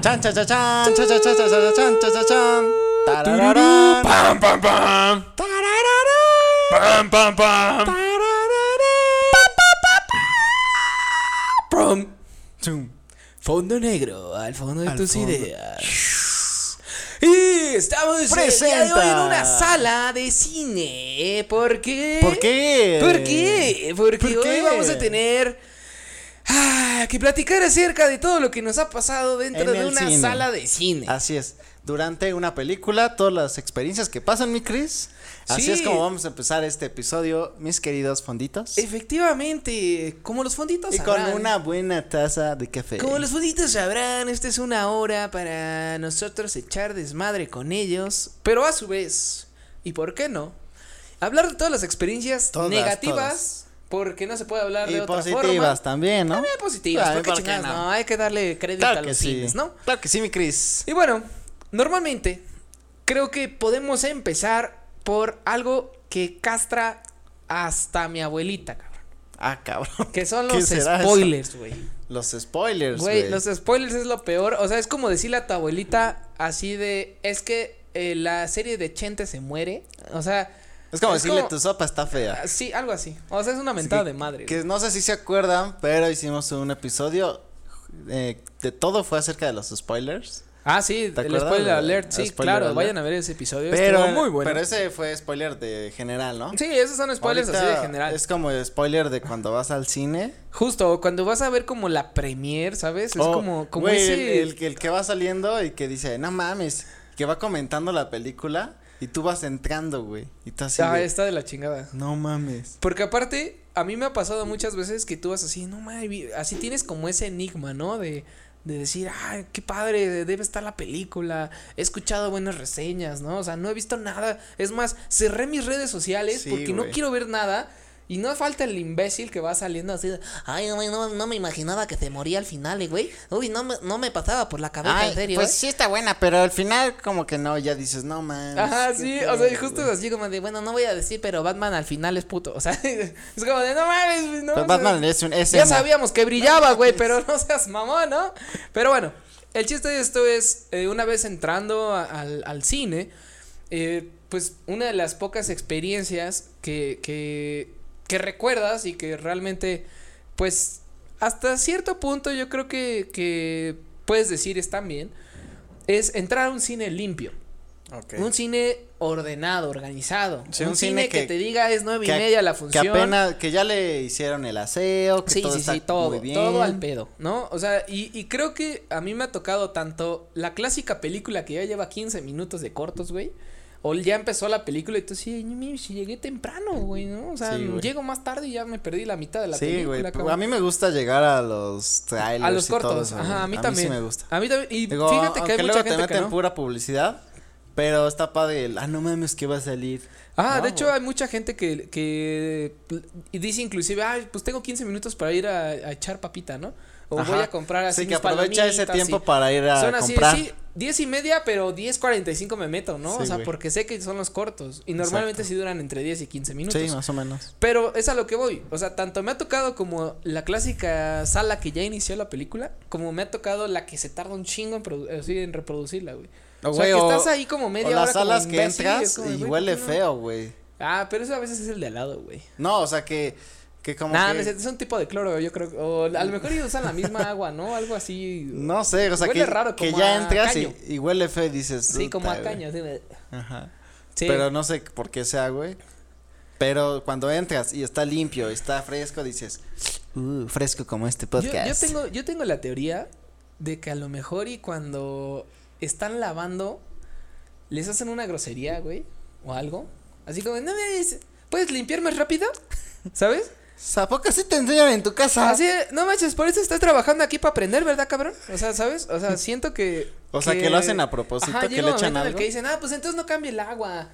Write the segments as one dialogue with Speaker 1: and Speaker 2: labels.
Speaker 1: Chan, chan, chan, chan, chan, chan, chan, chan, chan, chan, chan, chan, chan. Tarararán.
Speaker 2: ¡Pam, pam, pam!
Speaker 1: Tarararán.
Speaker 2: ¡Pam, pam, pam!
Speaker 1: Tarararán.
Speaker 3: Prom.
Speaker 1: Zoom.
Speaker 3: Fondo negro, al fondo de
Speaker 1: Al
Speaker 3: tus
Speaker 1: fondo.
Speaker 3: ideas. Y estamos el día de hoy en
Speaker 1: Presenta.
Speaker 3: una sala de cine. ¿eh? ¿Por qué?
Speaker 1: ¿Por qué?
Speaker 3: ¿Por qué? Porque
Speaker 1: ¿Por
Speaker 3: hoy
Speaker 1: qué?
Speaker 3: vamos a tener ah, que platicar acerca de todo lo que nos ha pasado dentro
Speaker 1: En
Speaker 3: de
Speaker 1: el
Speaker 3: una
Speaker 1: cine.
Speaker 3: sala de cine.
Speaker 1: Así es. Durante una película, todas las experiencias que pasan, mi Chris. Así
Speaker 3: Sí.
Speaker 1: es como vamos a empezar este episodio, mis queridos fonditos.
Speaker 3: Eh, Efectivamente, como los fonditos
Speaker 1: Y con
Speaker 3: sabrán.
Speaker 1: una buena taza de café.
Speaker 3: Como los fonditos sabrán, esta es una hora para nosotros echar desmadre con ellos, pero a su vez, ¿y por qué no? Hablar de todas las experiencias
Speaker 1: Todas,
Speaker 3: negativas,
Speaker 1: todas.
Speaker 3: porque no se puede hablar
Speaker 1: y
Speaker 3: de otra
Speaker 1: positivas
Speaker 3: forma.
Speaker 1: también, ¿no?
Speaker 3: También positivas,
Speaker 1: Ay,
Speaker 3: porque
Speaker 1: ¿por qué
Speaker 3: chingadas,
Speaker 1: no?
Speaker 3: no? hay que darle crédito a
Speaker 1: Claro que
Speaker 3: los
Speaker 1: sí.
Speaker 3: cines, ¿no?
Speaker 1: Claro que sí, mi Chris.
Speaker 3: Y bueno, normalmente creo que podemos empezar por algo que castra hasta mi abuelita, cabrón,
Speaker 1: Ah, cabrón.
Speaker 3: que son
Speaker 1: ¿Qué
Speaker 3: los
Speaker 1: será eso?
Speaker 3: spoilers, güey.
Speaker 1: Los spoilers,
Speaker 3: Güey,
Speaker 1: güey.
Speaker 3: los spoilers es lo peor. O sea, es como decirle a tu abuelita así de. Es que eh, la serie de Chente se muere. O sea.
Speaker 1: Es como decirle
Speaker 3: como-
Speaker 1: tu sopa está fea.
Speaker 3: Sí, algo así. O sea, es una mentada de madre.
Speaker 1: Que no sé si se acuerdan, pero hicimos un episodio eh, de todo fue acerca de los spoilers.
Speaker 3: Ah, sí, el
Speaker 1: ¿Te acuerdas
Speaker 3: spoiler
Speaker 1: de-
Speaker 3: alert. Sí,
Speaker 1: spoiler
Speaker 3: claro.
Speaker 1: alert?
Speaker 3: Vayan a ver ese episodio.
Speaker 1: Pero,
Speaker 3: estuvo muy bueno.
Speaker 1: pero ese fue spoiler de general, ¿no?
Speaker 3: Sí, esos son spoilers
Speaker 1: Ahorita
Speaker 3: así de general.
Speaker 1: Es como spoiler de cuando vas al cine.
Speaker 3: Justo, cuando vas a ver como la premier, ¿sabes? Es
Speaker 1: O,
Speaker 3: como, como
Speaker 1: Oh, güey,
Speaker 3: ese.
Speaker 1: el, el que- el que va saliendo y que dice, no mames, que va comentando la película y tú vas entrando, güey. Y tú así,
Speaker 3: Ah,
Speaker 1: de,
Speaker 3: está de la chingada.
Speaker 1: no mames.
Speaker 3: Porque aparte, a mí me ha pasado muchas veces que tú vas así, no mames, vi- así tienes como ese enigma, ¿no? De, de decir, ah, qué padre, debe estar la película, he escuchado buenas reseñas, ¿no? O sea, no he visto nada. Es más, cerré mis redes sociales
Speaker 1: Sí,
Speaker 3: porque no
Speaker 1: güey.
Speaker 3: quiero ver nada. Y no falta el imbécil que va saliendo así de,
Speaker 4: Ay, no, me- no, no me imaginaba que se moría al final, eh, güey. Uy, no me, no me pasaba por la cabeza,
Speaker 1: Ay,
Speaker 4: en serio.
Speaker 1: pues
Speaker 4: eh.
Speaker 1: sí está buena, pero al final como que no, ya dices, no mames.
Speaker 3: Ajá,
Speaker 1: qué
Speaker 3: sí,
Speaker 1: pedo,
Speaker 3: o sea, y justo
Speaker 1: güey".
Speaker 3: así como de, bueno, no voy a decir, pero Batman al final es puto. O sea, es como de, no mames, güey,
Speaker 1: Pero
Speaker 3: no. o sea,
Speaker 1: Pues, Batman es un es
Speaker 3: Ya
Speaker 1: emo.
Speaker 3: sabíamos que brillaba, güey, pero no seas mamón, ¿no? Pero bueno, el chiste de esto es, eh, una vez entrando a- al, al cine, eh, pues una de las pocas experiencias que, que, que recuerdas y que realmente, pues, hasta cierto punto yo creo que, que puedes decir están bien, es entrar a un cine limpio.
Speaker 1: Ok.
Speaker 3: Un cine ordenado, organizado.
Speaker 1: Sí,
Speaker 3: un,
Speaker 1: un
Speaker 3: cine,
Speaker 1: cine
Speaker 3: que,
Speaker 1: que-
Speaker 3: te diga es nueve y
Speaker 1: a-
Speaker 3: media la función.
Speaker 1: Que apenas, que ya le hicieron el aseo, que
Speaker 3: Sí,
Speaker 1: todo
Speaker 3: sí,
Speaker 1: está
Speaker 3: sí, todo,
Speaker 1: muy bien.
Speaker 3: todo al pedo, ¿no? O sea, y, y creo que a mí me ha tocado tanto la clásica película que ya lleva 15 minutos de cortos, güey. O ya empezó la película y tú sí, si llegué temprano, güey, ¿no? O sea,
Speaker 1: Sí, güey.
Speaker 3: llego más tarde y ya me perdí la mitad de la
Speaker 1: Sí,
Speaker 3: película.
Speaker 1: güey, pues,
Speaker 3: cabrón.
Speaker 1: a mí me gusta llegar a los trailers
Speaker 3: a los
Speaker 1: y todo
Speaker 3: cortos,
Speaker 1: eso, güey.
Speaker 3: ajá, a mí
Speaker 1: sí
Speaker 3: también.
Speaker 1: me gusta.
Speaker 3: A mí también, y
Speaker 1: Digo,
Speaker 3: fíjate que hay
Speaker 1: aunque
Speaker 3: mucha
Speaker 1: luego te
Speaker 3: gente que
Speaker 1: meten
Speaker 3: no.
Speaker 1: pura publicidad, pero está padre el, ah, no mames, que va a salir.
Speaker 3: Ah,
Speaker 1: No,
Speaker 3: de hecho
Speaker 1: güey.
Speaker 3: hay mucha gente que, que pl- y dice inclusive, ay, pues tengo 15 minutos para ir a, a echar papita, ¿no? O voy
Speaker 1: Ajá.
Speaker 3: a comprar así
Speaker 1: Sí, que
Speaker 3: mis
Speaker 1: aprovecha ese
Speaker 3: palomitas y-
Speaker 1: tiempo para ir a
Speaker 3: Son así,
Speaker 1: comprar.
Speaker 3: sí, 10 y media, pero 10.45 me meto, ¿no? o
Speaker 1: Sí,
Speaker 3: sea,
Speaker 1: güey.
Speaker 3: porque sé que son los cortos. Y normalmente sí duran entre 10 y 15 minutos.
Speaker 1: Sí, más o menos.
Speaker 3: Pero es a lo que voy. O sea, tanto me ha tocado como la clásica sala que ya inició la película, como me ha tocado la que se tarda un chingo en, produ- así, en reproducirla, güey.
Speaker 1: O, Ah,
Speaker 3: O, sea,
Speaker 1: güey,
Speaker 3: que
Speaker 1: o-
Speaker 3: estás ahí como media
Speaker 1: o las
Speaker 3: hora como
Speaker 1: salas que
Speaker 3: imbécil, es
Speaker 1: entras
Speaker 3: como de,
Speaker 1: y
Speaker 3: güey,
Speaker 1: huele
Speaker 3: ¿por qué no?
Speaker 1: feo, güey.
Speaker 3: Ah, pero eso a veces es el de al lado, güey.
Speaker 1: No, o sea que que como
Speaker 3: Nah,
Speaker 1: que-
Speaker 3: no es, es un tipo de cloro, yo creo. O a lo mejor ellos usan la misma agua, ¿no? Algo así.
Speaker 1: no sé, o sea
Speaker 3: Huele
Speaker 1: que,
Speaker 3: raro,
Speaker 1: que
Speaker 3: como
Speaker 1: ya
Speaker 3: a
Speaker 1: entras y,
Speaker 3: caño.
Speaker 1: y huele feo y dices.
Speaker 3: Sí, como
Speaker 1: "Puta,
Speaker 3: a
Speaker 1: güey".
Speaker 3: caña. así de-
Speaker 1: Ajá.
Speaker 3: Sí.
Speaker 1: Pero no sé por qué sea, güey. Pero cuando entras y está limpio, está fresco, dices, "Uh, fresco como este
Speaker 3: Yo-
Speaker 1: podcast.
Speaker 3: Yo, tengo, yo tengo la teoría de que a lo mejor y cuando están lavando, les hacen una grosería, güey, o algo. Así como, no mames, ¿puedes limpiar más rápido? ¿Sabes?
Speaker 1: ¿A poco sí te enseñan en tu casa?
Speaker 3: Así, de, no manches, por eso estás trabajando aquí para aprender, ¿verdad, cabrón? O sea, ¿sabes? O sea, siento que.
Speaker 1: O sea, que lo hacen a propósito, que
Speaker 3: llega
Speaker 1: le
Speaker 3: un
Speaker 1: echan
Speaker 3: momento en el
Speaker 1: algo.
Speaker 3: que dicen, ah, pues entonces no cambie el agua.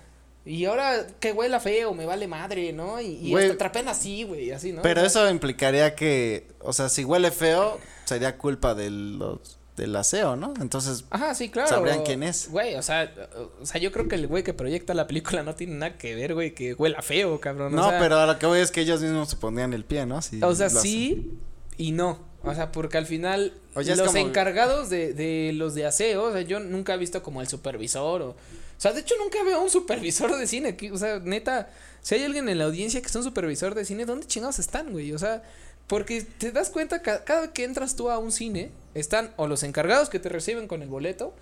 Speaker 3: Y ahora que huela feo, me vale madre, ¿no? Y, y
Speaker 1: Güey.
Speaker 3: hasta trapean así, güey, así, ¿no?
Speaker 1: Pero
Speaker 3: O sea,
Speaker 1: eso implicaría que, o sea, si huele feo, sería culpa de los, del aseo, ¿no? Entonces,
Speaker 3: Ajá, sí, claro.
Speaker 1: Sabrían quién es.
Speaker 3: Güey, o sea, o sea, yo creo que el güey que proyecta la película no tiene nada que ver, güey, que huela feo, cabrón. o
Speaker 1: no,
Speaker 3: sea,
Speaker 1: pero a lo que voy es que ellos mismos se pondrían el pie, ¿no? Si
Speaker 3: O sea,
Speaker 1: lo hacen.
Speaker 3: sí y no. O sea, porque al final
Speaker 1: O ya es
Speaker 3: los
Speaker 1: como-
Speaker 3: encargados de, de los de aseo, o sea, yo nunca he visto como el supervisor o... O sea, de hecho nunca veo a un supervisor de cine. que- O sea, neta, si hay alguien en la audiencia que es un supervisor de cine, ¿dónde chingados están, güey? O sea, porque te das cuenta ca- cada vez que entras tú a un cine, están o los encargados que te reciben con el boleto,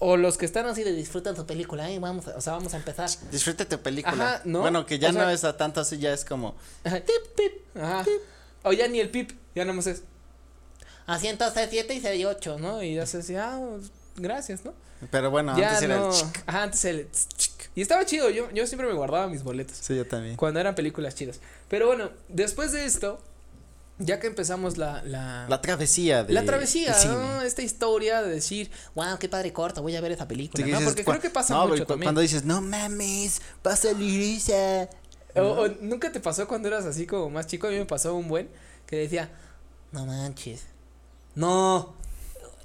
Speaker 3: o los que están así de...
Speaker 4: Disfrutan tu película, ¿eh? Vamos, a- o sea, vamos a empezar.
Speaker 1: Disfruta tu película.
Speaker 3: Ajá, ¿no?
Speaker 1: Bueno, que ya
Speaker 3: O
Speaker 1: no
Speaker 3: sea-
Speaker 1: es a tanto así, ya es como.
Speaker 3: ajá, Pip, pip, ajá. O ya ni el pip, ya nomás es...
Speaker 4: Asiento C7 y C8, ¿no?
Speaker 3: ¿no? Y ya se decía, ah, pues, gracias, ¿no?
Speaker 1: Pero bueno,
Speaker 3: ya
Speaker 1: antes era
Speaker 3: no.
Speaker 1: el chic.
Speaker 3: Ajá, antes era el tsk, tsk. Y estaba chido, yo, yo siempre me guardaba mis boletos.
Speaker 1: Sí, yo también.
Speaker 3: Cuando eran películas chidas. Pero bueno, después de esto, ya que empezamos la. La,
Speaker 1: La travesía de.
Speaker 3: la travesía, ah,
Speaker 1: del cine.
Speaker 3: ¿no? Esta historia de decir,
Speaker 4: Wow, qué padre corto, voy a ver esa
Speaker 1: Sí,
Speaker 4: película.
Speaker 1: que
Speaker 3: no,
Speaker 1: dices,
Speaker 3: porque
Speaker 1: cua-
Speaker 3: creo que pasa
Speaker 1: no,
Speaker 3: mucho
Speaker 1: pero cu-
Speaker 3: también.
Speaker 1: Cuando dices, no mames, va a salir esa.
Speaker 3: o- o nunca te pasó cuando eras así como más chico, a mí me pasó un buen que decía,
Speaker 4: No manches.
Speaker 3: no,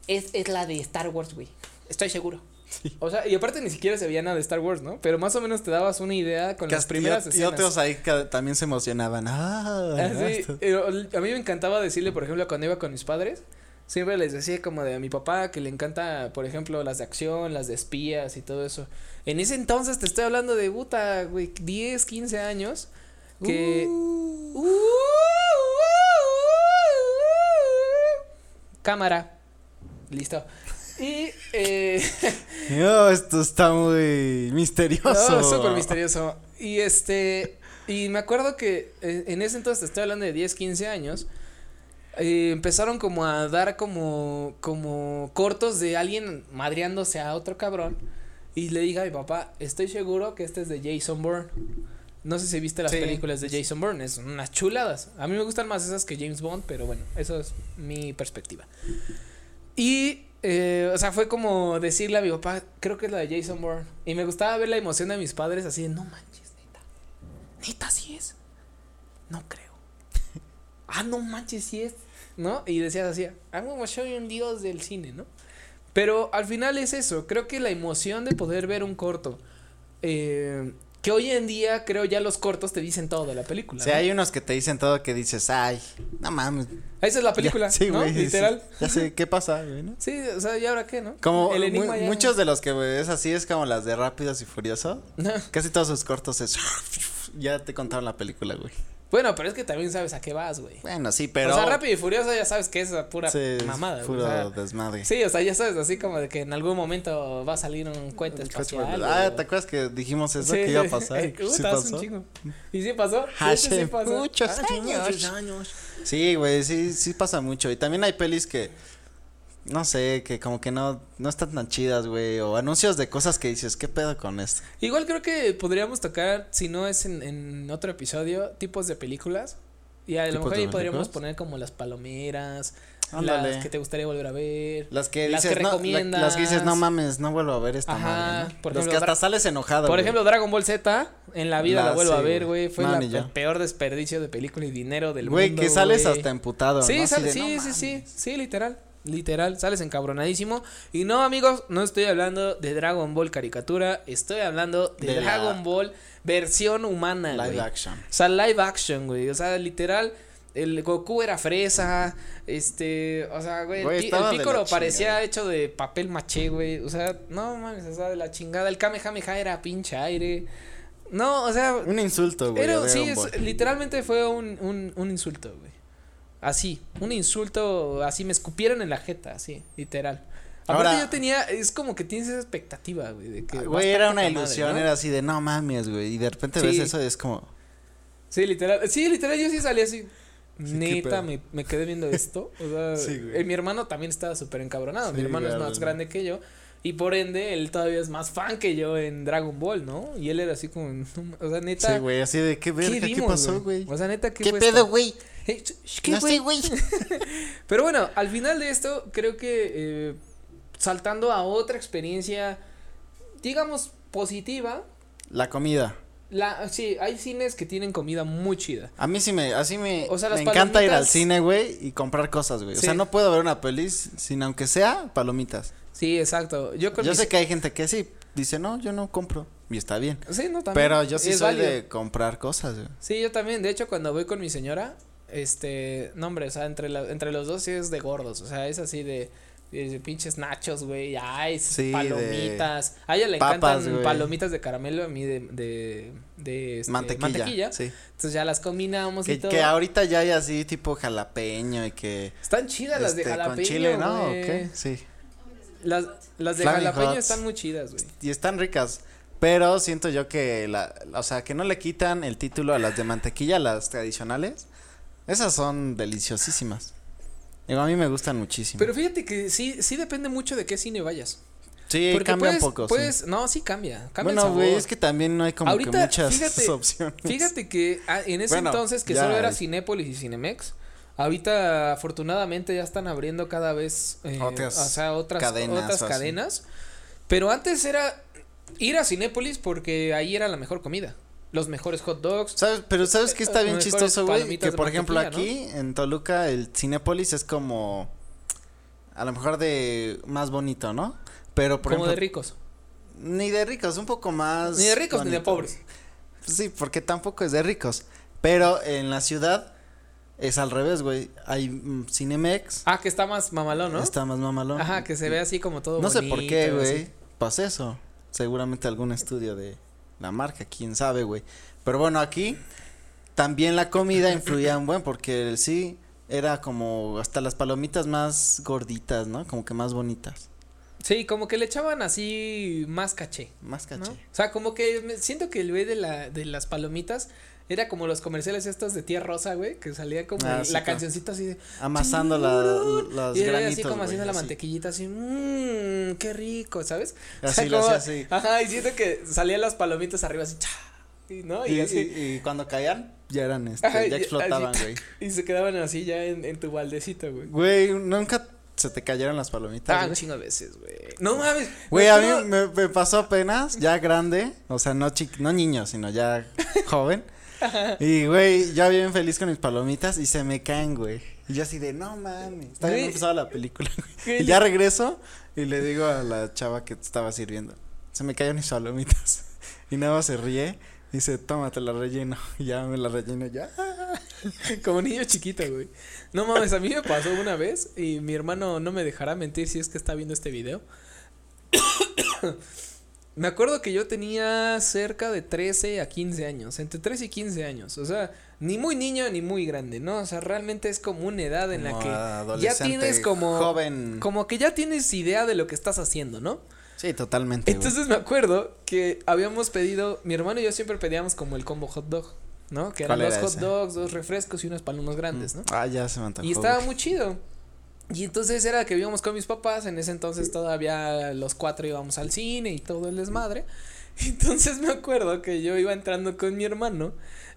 Speaker 4: Es, es la de Star Wars, güey. Estoy seguro.
Speaker 3: o sea, y aparte ni siquiera se veía nada de Star Wars, ¿no? Pero más o menos te dabas una idea con las
Speaker 1: Cast-
Speaker 3: primeras
Speaker 1: y, y
Speaker 3: escenas.
Speaker 1: otros ahí que también se emocionaban. Ah,
Speaker 3: Así,
Speaker 1: esto.
Speaker 3: eh, ol- a mí me encantaba decirle, por ejemplo, cuando iba con mis padres, siempre les decía como de a mi papá que le encanta, por ejemplo, las de acción, las de espías y todo eso. En ese entonces te estoy hablando de puta, güey, 10, 15 años. Que. Uh, uh, Cámara. Listo. Y. Eh,
Speaker 1: No, esto está muy misterioso.
Speaker 3: no, súper misterioso. Y este. Y me acuerdo que eh, en ese entonces, te estoy hablando de 10, 15 años. eh, empezaron como a dar como. como cortos de alguien madreándose a otro cabrón. Y le dije a mi papá, estoy seguro que este es de Jason Bourne. No sé si viste las
Speaker 1: Sí.
Speaker 3: películas de Jason Bourne, es unas chuladas. A mí me gustan más esas que James Bond, pero bueno, eso es mi perspectiva. Y, eh, o sea, fue como decirle a mi papá, creo que es la de Jason Bourne. Y me gustaba ver la emoción de mis padres así de, no manches, neta. Neta, sí es. No creo. ah, no manches, sí es. ¿No? Y decías así, I'm gonna show you un dios del cine, ¿no? Pero al final es eso, creo que la emoción de poder ver un corto. eh, que hoy en día creo ya los cortos te dicen todo de la película.
Speaker 1: O sea,
Speaker 3: ¿no?
Speaker 1: hay unos que te dicen todo que dices, ay, no mames.
Speaker 3: Esa es la película,
Speaker 1: Ya- sí,
Speaker 3: ¿no?
Speaker 1: güey, sí,
Speaker 3: Literal.
Speaker 1: sí. Ya sé, ¿qué pasa, güey, no?
Speaker 3: Sí, o sea, ¿y ahora qué, no?
Speaker 1: Como
Speaker 3: El
Speaker 1: mu-
Speaker 3: enigma ya-
Speaker 1: muchos de los que es así es como las de Rápidos y Furiosos. Casi todos sus cortos es. Ya te contaron la película, güey.
Speaker 3: Bueno, pero es que también sabes a qué vas, güey.
Speaker 1: Bueno, sí, pero.
Speaker 3: O sea, Rápido y Furioso ya sabes que es pura
Speaker 1: sí, es
Speaker 3: mamada, güey.
Speaker 1: Puro
Speaker 3: o sea,
Speaker 1: desmadre.
Speaker 3: sí, o sea, ya sabes así como de que en algún momento va a salir un cohete
Speaker 1: El coche
Speaker 3: espacial.
Speaker 1: vuelve-
Speaker 3: o-
Speaker 1: ah, ¿te acuerdas que dijimos eso
Speaker 3: Sí,
Speaker 1: que iba a
Speaker 3: sí.
Speaker 1: pasar?
Speaker 3: Eh,
Speaker 1: sí
Speaker 3: puta, hace un
Speaker 1: pasó.
Speaker 3: chingo. ¿Y sí pasó? Sí, sí, sí
Speaker 1: Hace
Speaker 3: pasó. Ah,
Speaker 1: muchos años. Sí, güey, sí, sí pasa mucho. Y también hay pelis que. No sé, que como que no, no están tan chidas, güey. O anuncios de cosas que dices, ¿qué pedo con esto?
Speaker 3: Igual creo que podríamos tocar, si no es en, en otro episodio, tipos de películas. Y a lo
Speaker 1: ¿Tipos
Speaker 3: mejor
Speaker 1: de
Speaker 3: ahí podríamos
Speaker 1: películas?
Speaker 3: poner como las palomeras,
Speaker 1: Ándale.
Speaker 3: las que te gustaría volver a ver.
Speaker 1: Las que
Speaker 3: Las
Speaker 1: dices,
Speaker 3: que
Speaker 1: no, la-
Speaker 3: recomiendas.
Speaker 1: las que dices, no mames, no vuelvo a ver esta
Speaker 3: Ajá,
Speaker 1: madre. ¿no?
Speaker 3: por
Speaker 1: Los
Speaker 3: ejemplo,
Speaker 1: que hasta
Speaker 3: Dra-
Speaker 1: sales enojado.
Speaker 3: Por
Speaker 1: güey.
Speaker 3: ejemplo, Dragon Ball Z, en la vida
Speaker 1: La-
Speaker 3: la vuelvo a
Speaker 1: sí,
Speaker 3: ver,
Speaker 1: güey.
Speaker 3: güey. Fue
Speaker 1: No,
Speaker 3: la-
Speaker 1: ni yo.
Speaker 3: el peor desperdicio de película y dinero del
Speaker 1: Güey,
Speaker 3: mundo.
Speaker 1: que sales
Speaker 3: güey.
Speaker 1: hasta emputado.
Speaker 3: Sí,
Speaker 1: ¿no? Así
Speaker 3: sale-
Speaker 1: de,
Speaker 3: sí,
Speaker 1: no
Speaker 3: sí,
Speaker 1: mames.
Speaker 3: sí, sí, literal. Literal, sales encabronadísimo. Y no, amigos, no estoy hablando de Dragon Ball caricatura, estoy hablando de,
Speaker 1: De la-
Speaker 3: Dragon Ball versión humana.
Speaker 1: Live
Speaker 3: güey.
Speaker 1: action.
Speaker 3: O sea, live action, güey. O sea, literal, el Goku era fresa. Este, o sea, güey, el
Speaker 1: Güey,
Speaker 3: pi-
Speaker 1: estaba
Speaker 3: el,
Speaker 1: de la
Speaker 3: Piccolo parecía
Speaker 1: chingada.
Speaker 3: hecho de papel maché, güey. O sea, no mames, o sea, de la chingada. El Kamehameha era pinche aire. No, o sea,
Speaker 1: Un insulto, güey.
Speaker 3: era-
Speaker 1: a
Speaker 3: sí,
Speaker 1: Dragon
Speaker 3: es-
Speaker 1: Ball.
Speaker 3: literalmente fue un, un, un insulto, güey. Así, un insulto, así me escupieron en la jeta, así, literal. Aparte
Speaker 1: Ahora- Ah,
Speaker 3: yo tenía, es como que tienes esa expectativa, güey, de que... va a
Speaker 1: Güey,
Speaker 3: estar
Speaker 1: era una
Speaker 3: poca madre,
Speaker 1: ilusión,
Speaker 3: ¿no?
Speaker 1: era así de no mames, güey. Y de repente ves
Speaker 3: Sí.
Speaker 1: eso y es como.
Speaker 3: Sí, literal, sí, literal, yo sí salí así.
Speaker 1: Sí, qué
Speaker 3: Neta,
Speaker 1: pedo.
Speaker 3: me, me quedé viendo esto. O sea,
Speaker 1: Sí, güey.
Speaker 3: eh, mi hermano también estaba súper encabronado. mi
Speaker 1: Sí,
Speaker 3: hermano es
Speaker 1: claro,
Speaker 3: más
Speaker 1: ¿no?
Speaker 3: grande que yo. Y por ende, él todavía es más fan que yo en Dragon Ball, ¿no? Y él era así como. "No, O sea, neta.
Speaker 1: Sí, güey, así de qué
Speaker 3: ¿Qué,
Speaker 1: verga, qué,
Speaker 3: vimos,
Speaker 1: pasó, güey.
Speaker 3: O sea, neta, ¿qué,
Speaker 4: ¿Qué
Speaker 3: fue
Speaker 4: pedo,
Speaker 3: esto?
Speaker 4: güey?
Speaker 3: Eh, sh- ¿Qué,
Speaker 4: No
Speaker 3: güey?
Speaker 4: sé, güey.
Speaker 3: Pero bueno, al final de esto, creo que eh, saltando a otra experiencia, digamos, positiva.
Speaker 1: La comida.
Speaker 3: La, sí, hay cines que tienen comida muy chida.
Speaker 1: A mí sí me, así me,
Speaker 3: O sea,
Speaker 1: me
Speaker 3: las
Speaker 1: encanta ir al
Speaker 3: palomitas-
Speaker 1: cine, güey, y comprar cosas, güey. O
Speaker 3: Sí.
Speaker 1: sea, no puedo ver una peli sin aunque sea palomitas.
Speaker 3: Sí, exacto. Yo, creo
Speaker 1: Yo sé que hay gente que sí dice, no, yo no compro. Y está bien.
Speaker 3: Sí, no, también.
Speaker 1: Pero yo sí
Speaker 3: Es
Speaker 1: soy
Speaker 3: válido.
Speaker 1: de comprar cosas, güey.
Speaker 3: Sí, yo también. De hecho, cuando voy con mi señora, Este, no, hombre, o sea, entre, la- entre los dos sí es de gordos. O sea, es así de, de- de pinches nachos, güey. Ay,
Speaker 1: Sí,
Speaker 3: palomitas. A ella le
Speaker 1: papas,
Speaker 3: encantan
Speaker 1: güey.
Speaker 3: palomitas de caramelo, a mí de, de, de, este,
Speaker 1: mantequilla. Sí.
Speaker 3: Entonces ya las combinamos y
Speaker 1: Que,
Speaker 3: todo.
Speaker 1: que ahorita ya hay así tipo jalapeño y que
Speaker 3: Están chidas las de
Speaker 1: este,
Speaker 3: jalapeño.
Speaker 1: con chile, ¿no? ¿O
Speaker 3: güey.
Speaker 1: qué? Sí.
Speaker 3: Las, las de
Speaker 1: Flaming
Speaker 3: jalapeño
Speaker 1: Hots.
Speaker 3: están muy chidas, güey.
Speaker 1: Y están ricas, pero siento yo que la, o sea, que no le quitan el título a las de mantequilla, las tradicionales. Esas son deliciosísimas. Digo, a mí me gustan muchísimo.
Speaker 3: Pero fíjate que sí, sí depende mucho de qué cine vayas.
Speaker 1: sí,
Speaker 3: Porque
Speaker 1: cambia
Speaker 3: puedes,
Speaker 1: un poco. sí.
Speaker 3: puedes- no, sí cambia. cambia el
Speaker 1: Bueno, güey,
Speaker 3: sabor.
Speaker 1: es que también no hay como que
Speaker 3: Ahorita,
Speaker 1: muchas
Speaker 3: fíjate,
Speaker 1: opciones.
Speaker 3: Fíjate que ah, en ese
Speaker 1: Bueno,
Speaker 3: entonces que
Speaker 1: ya
Speaker 3: solo era
Speaker 1: es-
Speaker 3: Cinépolis y Cinemex, ahorita afortunadamente ya están abriendo cada vez eh,
Speaker 1: Otras
Speaker 3: o sea, otras
Speaker 1: cadenas,
Speaker 3: cadenas, otras
Speaker 1: o así.
Speaker 3: cadenas. Pero antes era ir a Cinépolis porque ahí era la mejor comida, los mejores hot dogs.
Speaker 1: ¿Sabes? Pero ¿sabes qué está
Speaker 3: Eh,
Speaker 1: bien
Speaker 3: mejores
Speaker 1: chistoso, güey?
Speaker 3: palomitas
Speaker 1: Que
Speaker 3: de
Speaker 1: por ejemplo aquí
Speaker 3: mantequilla,
Speaker 1: en Toluca el Cinépolis es como a lo mejor de más bonito, ¿no? Pero por
Speaker 3: como de
Speaker 1: ejemplo,
Speaker 3: ricos.
Speaker 1: ni de ricos, un poco más
Speaker 3: Ni de ricos ni de
Speaker 1: bonito.
Speaker 3: pobres.
Speaker 1: Sí, porque tampoco es de ricos, pero en la ciudad es al revés, güey. Hay mm, Cinemex,
Speaker 3: Ah, que está más mamalón, ¿no?
Speaker 1: está más mamalón.
Speaker 3: Ajá, que se ve así como todo
Speaker 1: No sé por qué,
Speaker 3: bonito, así.
Speaker 1: güey. Pasa eso. Seguramente algún estudio de la marca, quién sabe, güey. Pero bueno, aquí también la comida influía un buen porque el sí era como hasta las palomitas más gorditas, ¿no? Como que más bonitas.
Speaker 3: Sí, como que le echaban así más caché.
Speaker 1: Más
Speaker 3: ¿no?
Speaker 1: caché.
Speaker 3: O sea, como que me- siento que el güey de, la, de las palomitas era como los comerciales estos de Tía Rosa, güey, que salía como
Speaker 1: Ah,
Speaker 3: la
Speaker 1: sí, claro.
Speaker 3: cancioncita así de...
Speaker 1: Amasando la-
Speaker 3: "Tururú",
Speaker 1: las
Speaker 3: y era así
Speaker 1: granitos,
Speaker 3: como
Speaker 1: güey,
Speaker 3: haciendo la
Speaker 1: así.
Speaker 3: mantequillita así, mmm, qué rico, ¿sabes?
Speaker 1: Así lo
Speaker 3: como-
Speaker 1: hacía, sí.
Speaker 3: Ajá, y siento que salían las palomitas arriba así, cha, y, ¿no? Y,
Speaker 1: Y,
Speaker 3: así...
Speaker 1: y- y cuando caían, ya eran, este,
Speaker 3: ajá, y-
Speaker 1: ya explotaban,
Speaker 3: así,
Speaker 1: güey.
Speaker 3: Y se quedaban así ya en, en tu baldecito, güey.
Speaker 1: Güey, nunca se te cayeron las
Speaker 3: Ah,
Speaker 1: palomitas.
Speaker 3: un
Speaker 1: güey?
Speaker 3: chingo de veces, güey. No mames.
Speaker 1: Güey,
Speaker 3: no,
Speaker 1: a
Speaker 3: no.
Speaker 1: mí me, me pasó apenas, ya grande, o sea, no chi- no niño, sino ya joven. Y, güey, yo bien feliz con mis palomitas y se me caen, güey. Y yo así de, no mames, todavía no
Speaker 3: Güey.
Speaker 1: empezaba la película, güey.
Speaker 3: Güey,
Speaker 1: Y ya regreso y le digo a la chava que estaba sirviendo, se me caen mis palomitas. Y nada más se ríe, dice, toma, te la relleno. Y ya me la relleno, ya.
Speaker 3: Como niño chiquito, güey. No mames, a mí me pasó una vez y mi hermano no me dejará mentir si es que está viendo este video. me acuerdo que yo tenía cerca de 13 a 15 años, entre 13 y 15 años. O sea, ni muy niño ni muy grande, ¿no? O sea, realmente es como una edad en
Speaker 1: Como
Speaker 3: la que ya
Speaker 1: adolescente,
Speaker 3: tienes como...
Speaker 1: Joven.
Speaker 3: Como que ya tienes idea de lo que estás haciendo, ¿no?
Speaker 1: Sí, totalmente. güey.
Speaker 3: Entonces me acuerdo que habíamos pedido, mi hermano y yo siempre pedíamos como el combo hot dog, ¿no? Que eran
Speaker 1: ¿Cuál
Speaker 3: dos
Speaker 1: era
Speaker 3: hot
Speaker 1: ese?
Speaker 3: dogs, dos refrescos y unos palomas grandes, ¿no?
Speaker 1: Ah, ya se me antojó.
Speaker 3: Y estaba
Speaker 1: güey.
Speaker 3: muy chido. Y entonces era que íbamos con mis papás, en ese entonces todavía los cuatro íbamos al cine y todo el desmadre. Entonces me acuerdo que yo iba entrando con mi hermano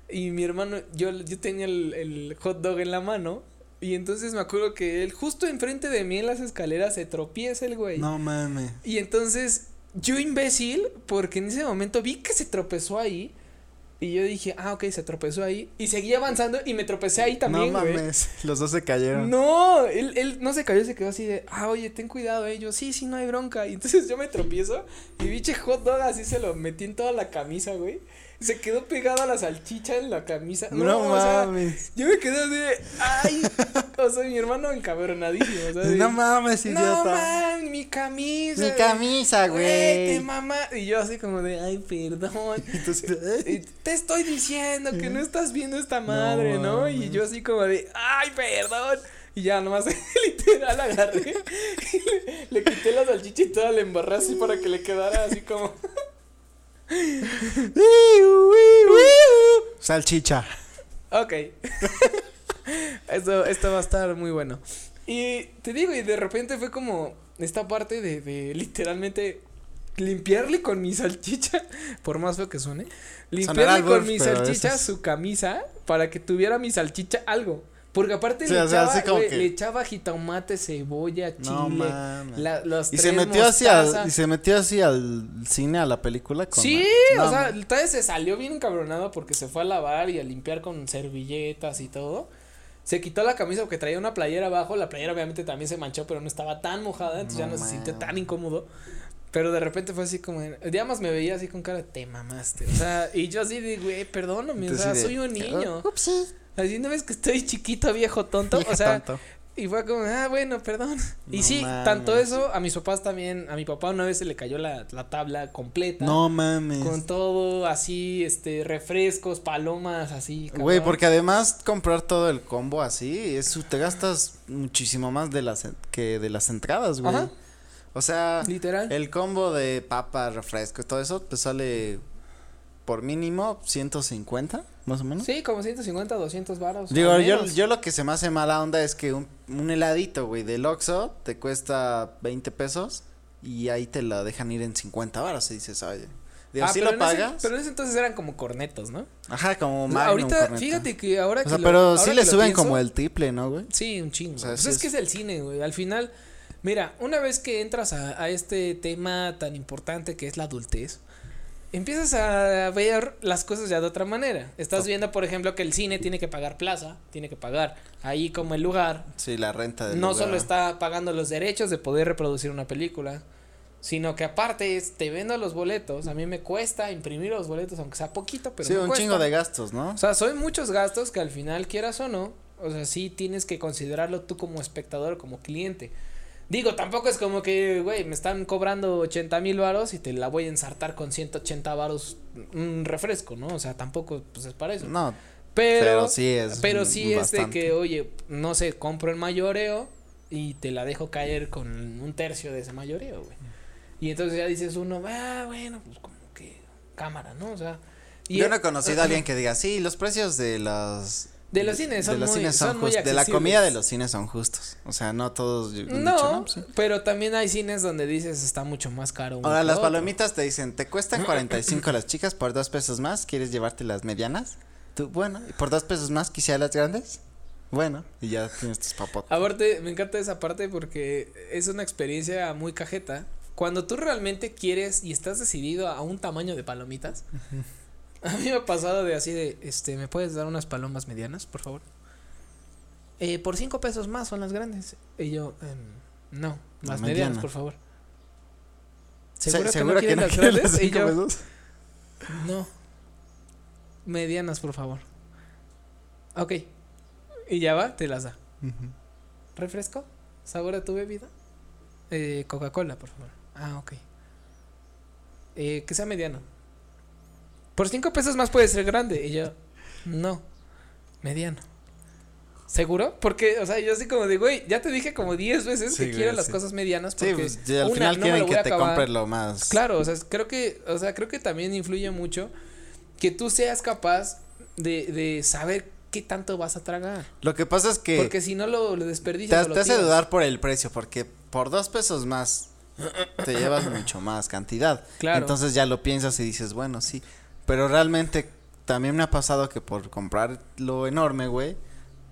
Speaker 3: y mi hermano, yo, yo tenía el, el hot dog en la mano y entonces me acuerdo que él justo enfrente de mí en las escaleras se tropieza el güey.
Speaker 1: No mames.
Speaker 3: Y entonces, yo imbécil, porque en ese momento vi que se tropezó ahí. Y yo dije, ah, ok, se tropezó ahí. Y seguí avanzando y me tropecé ahí también,
Speaker 1: no
Speaker 3: güey.
Speaker 1: mames. Los dos se cayeron.
Speaker 3: No, él, él no se cayó, se quedó así de, ah, oye, ten cuidado, eh. Yo, sí, sí, no hay bronca. Y entonces yo me tropiezo y biche hot dog así se lo metí en toda la camisa, güey. Se quedó pegado a la salchicha en la camisa. No,
Speaker 1: No,
Speaker 3: o sea,
Speaker 1: mames.
Speaker 3: yo me quedé así de, ay. o sea, mi hermano encabronadísimo. O sea, de,
Speaker 1: No mames,
Speaker 3: no
Speaker 1: idiota.
Speaker 3: mames, mi camisa.
Speaker 1: Mi
Speaker 3: güey.
Speaker 1: camisa,
Speaker 3: Güey, te
Speaker 1: güey.
Speaker 3: mamá. Y yo así como de, ay, perdón.
Speaker 1: Entonces,
Speaker 3: Y
Speaker 1: ay,
Speaker 3: Te estoy diciendo que no estás viendo esta madre, ¿no? Y
Speaker 1: mames.
Speaker 3: yo así como de, ay, perdón. Y ya nomás literal agarré. y le, le quité la salchicha y toda la embarré así para que le quedara así como.
Speaker 1: Salchicha.
Speaker 3: Ok. esto, esto va a estar muy bueno. Y te digo, y de repente fue como esta parte de, de literalmente limpiarle con mi salchicha, por más feo que suene,
Speaker 1: Sonará
Speaker 3: limpiarle
Speaker 1: al
Speaker 3: con
Speaker 1: golf,
Speaker 3: mi
Speaker 1: pero
Speaker 3: salchicha
Speaker 1: eso es-
Speaker 3: su camisa para que tuviera mi salchicha algo. Porque aparte
Speaker 1: Sí,
Speaker 3: le,
Speaker 1: o sea,
Speaker 3: echaba,
Speaker 1: así como
Speaker 3: güey,
Speaker 1: que-
Speaker 3: le echaba jitomate, cebolla, chile.
Speaker 1: No mames.
Speaker 3: la- las
Speaker 1: Y se
Speaker 3: tres
Speaker 1: metió así al,
Speaker 3: mostazas.
Speaker 1: y se metió así al cine, a la película con
Speaker 3: Sí,
Speaker 1: No,
Speaker 3: o sea, el Tade se salió bien encabronado porque se fue a lavar y a limpiar con servilletas y todo. Se quitó la camisa porque traía una playera abajo. La playera obviamente también se manchó, pero no estaba tan mojada, entonces
Speaker 1: No
Speaker 3: ya no se sintió
Speaker 1: mames.
Speaker 3: tan incómodo. Pero de repente fue así como. de- Ya más me veía así con cara, de, te mamaste. O sea, y yo así de, güey, perdóname,
Speaker 1: Tú
Speaker 3: o sea,
Speaker 1: sí de,
Speaker 3: soy un niño.
Speaker 4: Upsi.
Speaker 3: Así no ves que estoy chiquito, viejo tonto.
Speaker 1: Viejo
Speaker 3: o sea,
Speaker 1: tonto.
Speaker 3: y fue como, ah, bueno, perdón. Y
Speaker 1: No
Speaker 3: sí,
Speaker 1: mames.
Speaker 3: tanto eso, a mis papás también, a mi papá una vez se le cayó la, la tabla completa.
Speaker 1: No mames.
Speaker 3: Con todo así, este, refrescos, palomas, así.
Speaker 1: Güey,
Speaker 3: cabrón.
Speaker 1: porque además comprar todo el combo así, eso te gastas muchísimo más de las en- que de las entradas, güey.
Speaker 3: Ajá.
Speaker 1: O sea,
Speaker 3: Literal.
Speaker 1: el combo de papa, refresco y todo eso te sale por mínimo 150, más o menos.
Speaker 3: Sí, como 150, 200 baros.
Speaker 1: Digo,
Speaker 3: al
Speaker 1: yo,
Speaker 3: menos.
Speaker 1: yo lo que se me hace mala onda es que un, un heladito, güey, del Oxxo te cuesta 20 pesos y ahí te la dejan ir en 50 baros y dices, oye. Digo,
Speaker 3: Ah,
Speaker 1: ¿sí
Speaker 3: pero
Speaker 1: lo
Speaker 3: en ese-
Speaker 1: pagas?
Speaker 3: pero en ese entonces eran como cornetos, ¿no?
Speaker 1: Ajá, como
Speaker 3: No,
Speaker 1: Magnum,
Speaker 3: ahorita,
Speaker 1: corneta.
Speaker 3: fíjate que ahora
Speaker 1: O
Speaker 3: que
Speaker 1: sea,
Speaker 3: lo-
Speaker 1: pero
Speaker 3: ahora
Speaker 1: sí
Speaker 3: que
Speaker 1: le
Speaker 3: lo
Speaker 1: suben
Speaker 3: pienso-
Speaker 1: como el triple, ¿no, güey?
Speaker 3: Sí, un chingo.
Speaker 1: O sea,
Speaker 3: Pues
Speaker 1: sí
Speaker 3: es
Speaker 1: es-
Speaker 3: que es el cine, güey. Al final, mira, una vez que entras a, a este tema tan importante que es la adultez, empiezas a ver las cosas ya de otra manera. Estás viendo, por ejemplo, que el cine tiene que pagar plaza, tiene que pagar ahí como el lugar.
Speaker 1: Sí, la renta del
Speaker 3: No
Speaker 1: lugar.
Speaker 3: solo está pagando los derechos de poder reproducir una película, sino que aparte es, te vendo los boletos. A mí me cuesta imprimir los boletos, aunque sea poquito, pero
Speaker 1: Sí,
Speaker 3: me
Speaker 1: un
Speaker 3: cuesta.
Speaker 1: chingo de gastos, ¿no?
Speaker 3: O sea, son muchos gastos que al final quieras o no, o sea, sí tienes que considerarlo tú como espectador, como cliente. Digo, tampoco es como que, güey, me están cobrando 80 mil varos y te la voy a ensartar con 180 varos un refresco, ¿no? O sea, tampoco pues es para eso.
Speaker 1: No,
Speaker 3: pero,
Speaker 1: pero
Speaker 3: pero
Speaker 1: sí
Speaker 3: sí
Speaker 1: es
Speaker 3: es.
Speaker 1: bastante.
Speaker 3: de que, oye, no sé, compro el mayoreo y te la dejo caer con un tercio de ese mayoreo, güey. Y entonces ya dices uno, ah, bueno, pues como que cámara, ¿no? O sea. y
Speaker 1: yo
Speaker 3: e-
Speaker 1: no he conocido a alguien que diga, sí, los precios de las...
Speaker 3: De los cines son muy- son muy
Speaker 1: justos. De la
Speaker 3: accesibles.
Speaker 1: comida de los cines son justos. O sea, no todos... yo- han dicho,
Speaker 3: No,
Speaker 1: pues, sí".
Speaker 3: pero también hay cines donde dices está mucho más caro. uno
Speaker 1: Ahora,
Speaker 3: que
Speaker 1: las
Speaker 3: otro.
Speaker 1: palomitas te dicen, te cuestan 45 las chicas por dos pesos más, ¿quieres llevarte las medianas? Tú, bueno, ¿y por dos pesos más quisiera las grandes? Bueno, y ya tienes tus
Speaker 3: Ah,
Speaker 1: papotes.
Speaker 3: Aparte, me encanta esa parte porque es una experiencia muy cajeta. Cuando tú realmente quieres y estás decidido a un tamaño de palomitas, a mí me ha pasado de así de, este, ¿me puedes dar unas palomas medianas, por favor? Eh, por cinco pesos más son las grandes. Y yo, em, no,
Speaker 1: La
Speaker 3: las medianas,
Speaker 1: mediana.
Speaker 3: por favor.
Speaker 1: Se-
Speaker 3: ¿Seguro,
Speaker 1: seguro
Speaker 3: que no quieren
Speaker 1: quieres las
Speaker 3: las grandes? Y
Speaker 1: cinco
Speaker 3: yo,
Speaker 1: pesos?
Speaker 3: No. Medianas, por favor. Ok. Y ya va, te las da. ¿Refresco? ¿Sabor a tu bebida? Eh, Coca-Cola, por favor. Ah, ok. Eh, que sea mediano. Por cinco pesos más puede ser grande. Y yo, no. Mediano. ¿Seguro? Porque, o sea, yo así como de, güey, ya te dije como 10 veces
Speaker 1: Sí,
Speaker 3: que
Speaker 1: güey,
Speaker 3: quiero las
Speaker 1: sí.
Speaker 3: cosas medianas.
Speaker 1: Sí,
Speaker 3: Porque
Speaker 1: pues, ya al
Speaker 3: una,
Speaker 1: final
Speaker 3: no me
Speaker 1: quieren
Speaker 3: lo voy
Speaker 1: que
Speaker 3: a
Speaker 1: te
Speaker 3: acabar.
Speaker 1: compres lo más...
Speaker 3: Claro, o sea, es- creo que, o sea, creo que también influye mucho que tú seas capaz de, de saber qué tanto vas a tragar.
Speaker 1: Lo que pasa es que...
Speaker 3: Porque si no lo, lo
Speaker 1: Eh, Te,
Speaker 3: desperdicias.
Speaker 1: ha-
Speaker 3: o lo
Speaker 1: te hace
Speaker 3: tiras.
Speaker 1: dudar por el precio, porque por dos pesos más te llevas mucho más cantidad.
Speaker 3: Claro.
Speaker 1: Entonces ya lo piensas y dices, bueno, sí. Pero realmente también me ha pasado que por comprar lo enorme, güey,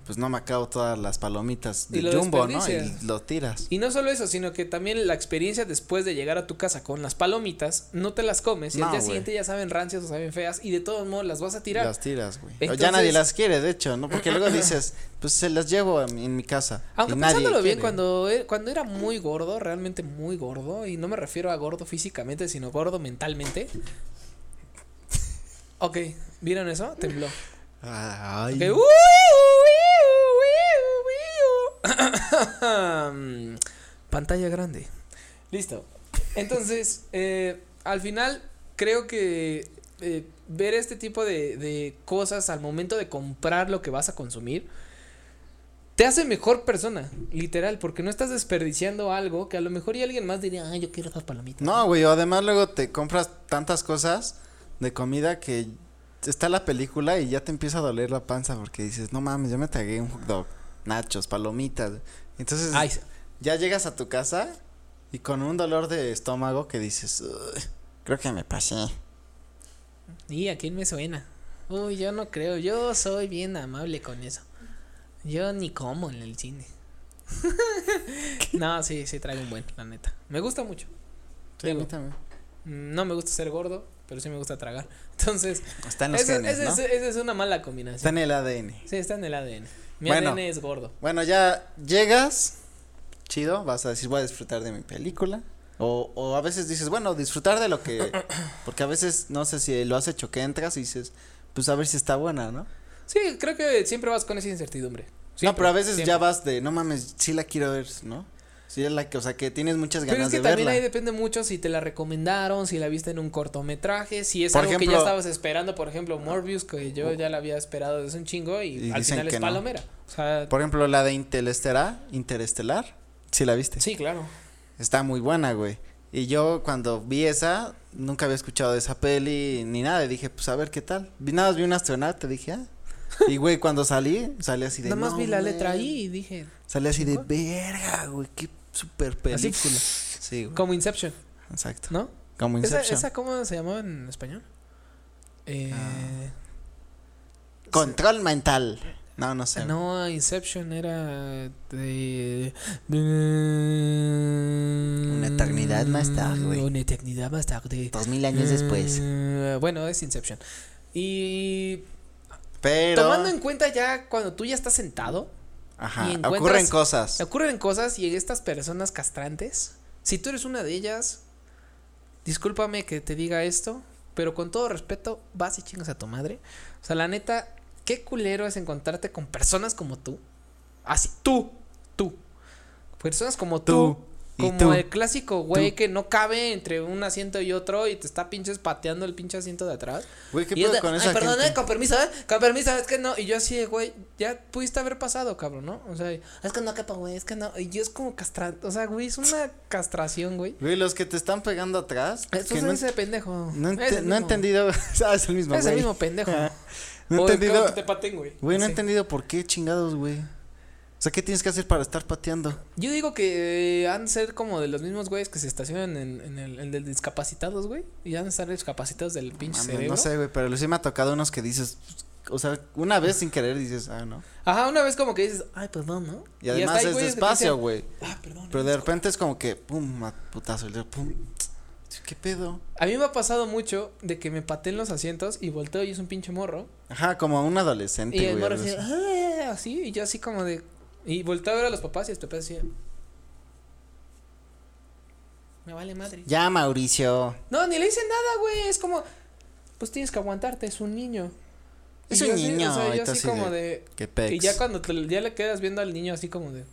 Speaker 1: pues no me acabo todas las palomitas
Speaker 3: Y
Speaker 1: de
Speaker 3: lo
Speaker 1: jumbo, ¿no? Y
Speaker 3: desperdicias.
Speaker 1: lo tiras.
Speaker 3: Y no solo eso, sino que también la experiencia después de llegar a tu casa con las palomitas, no te las comes y
Speaker 1: No,
Speaker 3: al día
Speaker 1: güey.
Speaker 3: siguiente ya saben rancias o saben feas y de todos modos las vas a tirar.
Speaker 1: Las tiras, güey. O ya
Speaker 3: Entonces-
Speaker 1: nadie las quiere, de hecho, ¿no? Porque luego dices, pues se las llevo en, en mi casa.
Speaker 3: Aunque
Speaker 1: y nadie
Speaker 3: pensándolo bien,
Speaker 1: quiere.
Speaker 3: cuando, e- cuando era muy gordo, realmente muy gordo, y no me refiero a gordo físicamente, sino gordo mentalmente. Ok, ¿vieron eso? Tembló.
Speaker 1: Ah, Ay.
Speaker 3: Ok, ¡uh, uh, uh, uh, uh, uh! Pantalla grande. Listo. Entonces, eh, al final, creo que eh, ver este tipo de, de cosas al momento de comprar lo que vas a consumir te hace mejor persona, literal, porque no estás desperdiciando algo que a lo mejor y alguien más diría, ay, yo quiero esas palomitas.
Speaker 1: No, güey, además luego te compras tantas cosas de comida que está la película y ya te empieza a doler la panza porque dices, no mames, yo me tragué un hot dog, nachos, palomitas. Entonces
Speaker 3: Ay,
Speaker 1: ya llegas a tu casa y con un dolor de estómago que dices, "Ugh, creo que me pasé.
Speaker 3: ¿Y a quién me suena? Uy, yo no creo, yo soy bien amable con eso. Yo ni como en el cine. no, sí, sí traigo un buen, la neta. Me gusta mucho.
Speaker 1: Sí, a mí
Speaker 3: Digo,
Speaker 1: también.
Speaker 3: mm, no me gusta ser gordo, pero sí me gusta tragar. Entonces,
Speaker 1: Está en los
Speaker 3: esa
Speaker 1: genes,
Speaker 3: esa
Speaker 1: ¿no?
Speaker 3: es, esa es una mala
Speaker 1: Está
Speaker 3: combinación.
Speaker 1: en el ADN.
Speaker 3: Sí, está en el ADN. Mi
Speaker 1: Bueno.
Speaker 3: ADN es gordo.
Speaker 1: Bueno, ya llegas, chido, vas a decir, voy a disfrutar de mi película. O, o a veces dices, bueno, disfrutar de lo que... Porque a veces, no sé si lo has hecho, que entras y dices, pues a ver si está buena, ¿no?
Speaker 3: Sí, creo que siempre vas con esa incertidumbre.
Speaker 1: no, pero a veces
Speaker 3: ya
Speaker 1: ya vas de, no mames, sí la quiero ver, ¿no? Sí, es la que, o sea, que tienes muchas
Speaker 3: Pero
Speaker 1: ganas
Speaker 3: es que
Speaker 1: de
Speaker 3: también
Speaker 1: verla.
Speaker 3: ahí depende mucho si te la recomendaron, si la viste en un cortometraje, si es
Speaker 1: Por
Speaker 3: algo que ya
Speaker 1: ejemplo- ah, oh.
Speaker 3: estabas esperando, por ejemplo, Morbius, que yo ya la había esperado desde un chingo y,
Speaker 1: Y
Speaker 3: al
Speaker 1: dicen
Speaker 3: final es
Speaker 1: que no.
Speaker 3: palomera. O sea,
Speaker 1: Por ejemplo, la de Interestelar, Interestelar, sí la viste.
Speaker 3: sí, claro.
Speaker 1: Está muy buena, güey. Y yo cuando vi esa, nunca había escuchado de esa peli ni nada. Y dije, pues a ver qué tal. Vi nada, más vi un astronauta, dije, ah. Y güey, cuando salí, salí así de.
Speaker 3: Nada más
Speaker 1: "No,
Speaker 3: vi la letra
Speaker 1: man".
Speaker 3: I y dije,
Speaker 1: Salí así de verga, güey. Qué super
Speaker 3: Así.
Speaker 1: película. Sí, güey.
Speaker 3: como Inception,
Speaker 1: Exacto.
Speaker 3: ¿no?
Speaker 1: Como
Speaker 3: ¿Esa,
Speaker 1: Inception.
Speaker 3: ¿Esa cómo se llamaba en español? Eh,
Speaker 1: Ah, Control mental. No, no sé.
Speaker 3: No, Inception era de... Una
Speaker 1: eternidad más tarde.
Speaker 3: Una eternidad más tarde.
Speaker 1: Dos mil años después.
Speaker 3: Eh, Bueno, es Inception. Y
Speaker 1: Pero.
Speaker 3: tomando en cuenta ya cuando tú ya estás sentado,
Speaker 1: Ajá.
Speaker 3: y encuentras-
Speaker 1: Ocurren cosas.
Speaker 3: ocurren cosas y estas personas castrantes, si tú eres una de ellas, discúlpame que te diga esto, pero con todo respeto, vas y chingas a tu madre. O sea, la neta, qué culero es encontrarte con personas como tú. Así, tú, tú. Personas como tú.
Speaker 1: Tú, y
Speaker 3: Como
Speaker 1: tú,
Speaker 3: el clásico güey
Speaker 1: tú.
Speaker 3: que no cabe entre un asiento y otro y te está pinches pateando el pinche asiento de atrás.
Speaker 1: Güey, ¿qué
Speaker 4: Y es
Speaker 1: pedo
Speaker 4: de,
Speaker 1: con
Speaker 4: ay,
Speaker 1: esa
Speaker 4: perdón, eh,
Speaker 1: gente?
Speaker 4: con permiso, ¿eh?
Speaker 3: Con permiso, es que no. Y yo así de, güey, ya pudiste haber pasado, cabrón, ¿no? O sea,
Speaker 4: Es que no capa, güey,
Speaker 3: es que no. Y yo es como castrante. O sea, güey, es una castración, güey.
Speaker 1: Güey, los que te están pegando atrás.
Speaker 3: Esto
Speaker 1: que
Speaker 3: es
Speaker 1: no,
Speaker 3: ese pendejo.
Speaker 1: no
Speaker 3: Es
Speaker 1: ente-
Speaker 3: el
Speaker 1: no he
Speaker 3: mismo.
Speaker 1: entendido. ah, es el mismo,
Speaker 3: Es el
Speaker 1: güey.
Speaker 3: mismo pendejo.
Speaker 1: No
Speaker 3: O
Speaker 1: he
Speaker 3: el cabrón
Speaker 1: entendido.
Speaker 3: que te pateen, güey.
Speaker 1: Güey, no he
Speaker 3: Sí.
Speaker 1: entendido por qué chingados, güey. O sea, ¿qué tienes que hacer para estar pateando?
Speaker 3: Yo digo que eh, han de ser como de los mismos güeyes que se estacionan en, en el, en el discapacitados, güey. Y han de estar discapacitados del pinche
Speaker 1: Mames,
Speaker 3: cerebro.
Speaker 1: no sé, güey, pero sí me ha tocado unos que dices, pues, o sea, una vez sin querer dices, ah, no.
Speaker 3: Ajá, una vez como que dices,
Speaker 4: Ay, perdón, ¿no?
Speaker 1: Y
Speaker 3: Y
Speaker 1: además
Speaker 3: hasta hay
Speaker 1: es
Speaker 3: güeyes que
Speaker 1: despacio,
Speaker 3: dicen,
Speaker 1: güey.
Speaker 3: ah, perdón.
Speaker 1: Pero de repente es como que, pum, a putazo, el dedo, pum. ¿Qué pedo?
Speaker 3: A mí me ha pasado mucho de que me pateen los asientos y volteo y es un pinche morro.
Speaker 1: Ajá, como un adolescente,
Speaker 3: Y
Speaker 1: güey.
Speaker 3: el morro
Speaker 1: algo
Speaker 3: así,
Speaker 1: así.
Speaker 3: "Ah", así, y yo así como de. Y volteaba a ver a los papás y los papás decían. Me vale madre.
Speaker 1: Ya, Mauricio.
Speaker 3: No, ni le hice nada, güey. Es como. Pues tienes que aguantarte, es un niño. Y
Speaker 1: Es
Speaker 3: yo
Speaker 1: un
Speaker 3: así,
Speaker 1: niño.
Speaker 3: O sea,
Speaker 1: y
Speaker 3: yo
Speaker 1: tú
Speaker 3: así
Speaker 1: así
Speaker 3: como
Speaker 1: de,
Speaker 3: de.
Speaker 1: Qué pex.
Speaker 3: Y ya cuando te- ya le quedas viendo al niño así como de.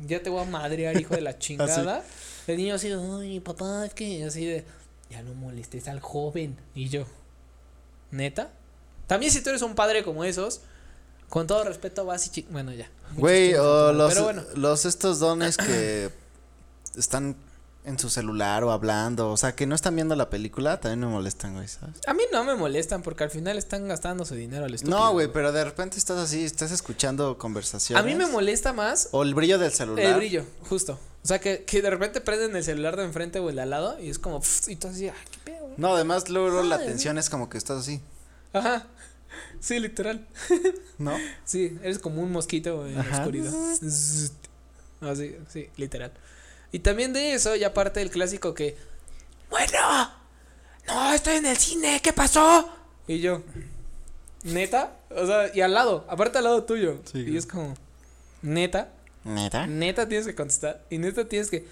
Speaker 3: Ya te voy a madrear, hijo de la
Speaker 1: Ah,
Speaker 3: chingada. El niño así, ay, papá, es que. y así de. Ya no molestes al joven. Y yo. ¿Neta? También si tú eres un padre como esos. Con todo respeto vas y chi- Bueno, ya.
Speaker 1: Güey,
Speaker 3: Muchos
Speaker 1: o
Speaker 3: chingas a tu madre,
Speaker 1: los,
Speaker 3: Pero bueno.
Speaker 1: los estos dones que están en su celular o hablando, o sea, que no están viendo la película, también me molestan, güey, ¿sabes?
Speaker 3: A mí no me molestan porque al final están gastando su dinero al estúpido.
Speaker 1: No, güey, pero de repente estás así, estás escuchando conversaciones.
Speaker 3: A mí me molesta más
Speaker 1: O el brillo del celular.
Speaker 3: El brillo, justo. O sea, que, que de repente prenden el celular de enfrente o el de al lado y es como. pf, y tú así, ah, qué pedo, güey".
Speaker 1: No, además luego luego la
Speaker 3: Ay,
Speaker 1: atención es como que estás así,
Speaker 3: Ajá. Sí, literal.
Speaker 1: ¿no?
Speaker 3: Sí, eres como un mosquito en la
Speaker 1: Ajá.
Speaker 3: oscuridad. Zzzt. Así, sí, literal. Y también de eso, y aparte el clásico que. ¡Bueno! ¡No, estoy en el cine! ¿Qué pasó? Y yo. ¿Neta? O sea, y al lado, aparte al lado tuyo.
Speaker 1: Sí,
Speaker 3: y
Speaker 1: güey.
Speaker 3: es como. ¿Neta?
Speaker 1: Neta.
Speaker 3: Neta tienes que contestar. Y neta tienes que.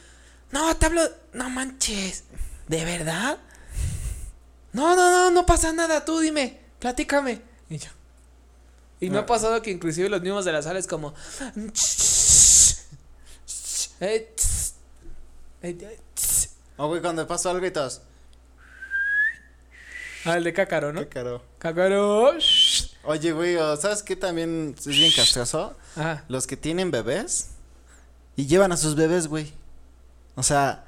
Speaker 3: No, te hablo. No manches. ¿De verdad? No, no, no, no pasa nada. Tú dime. Platícame. Y yo. Y me ha pasado que inclusive los mismos de la sala es como. Eh, tss, eh, eh, tss.
Speaker 1: O güey, cuando pasó algo y todos,
Speaker 3: Ah, el de Cácaro, ¿no?
Speaker 1: qué caro.
Speaker 3: Cácaro.
Speaker 1: Oye, güey, o ¿sabes qué también es bien castroso?
Speaker 3: Ajá.
Speaker 1: Los que tienen bebés y llevan a sus bebés, güey. O sea,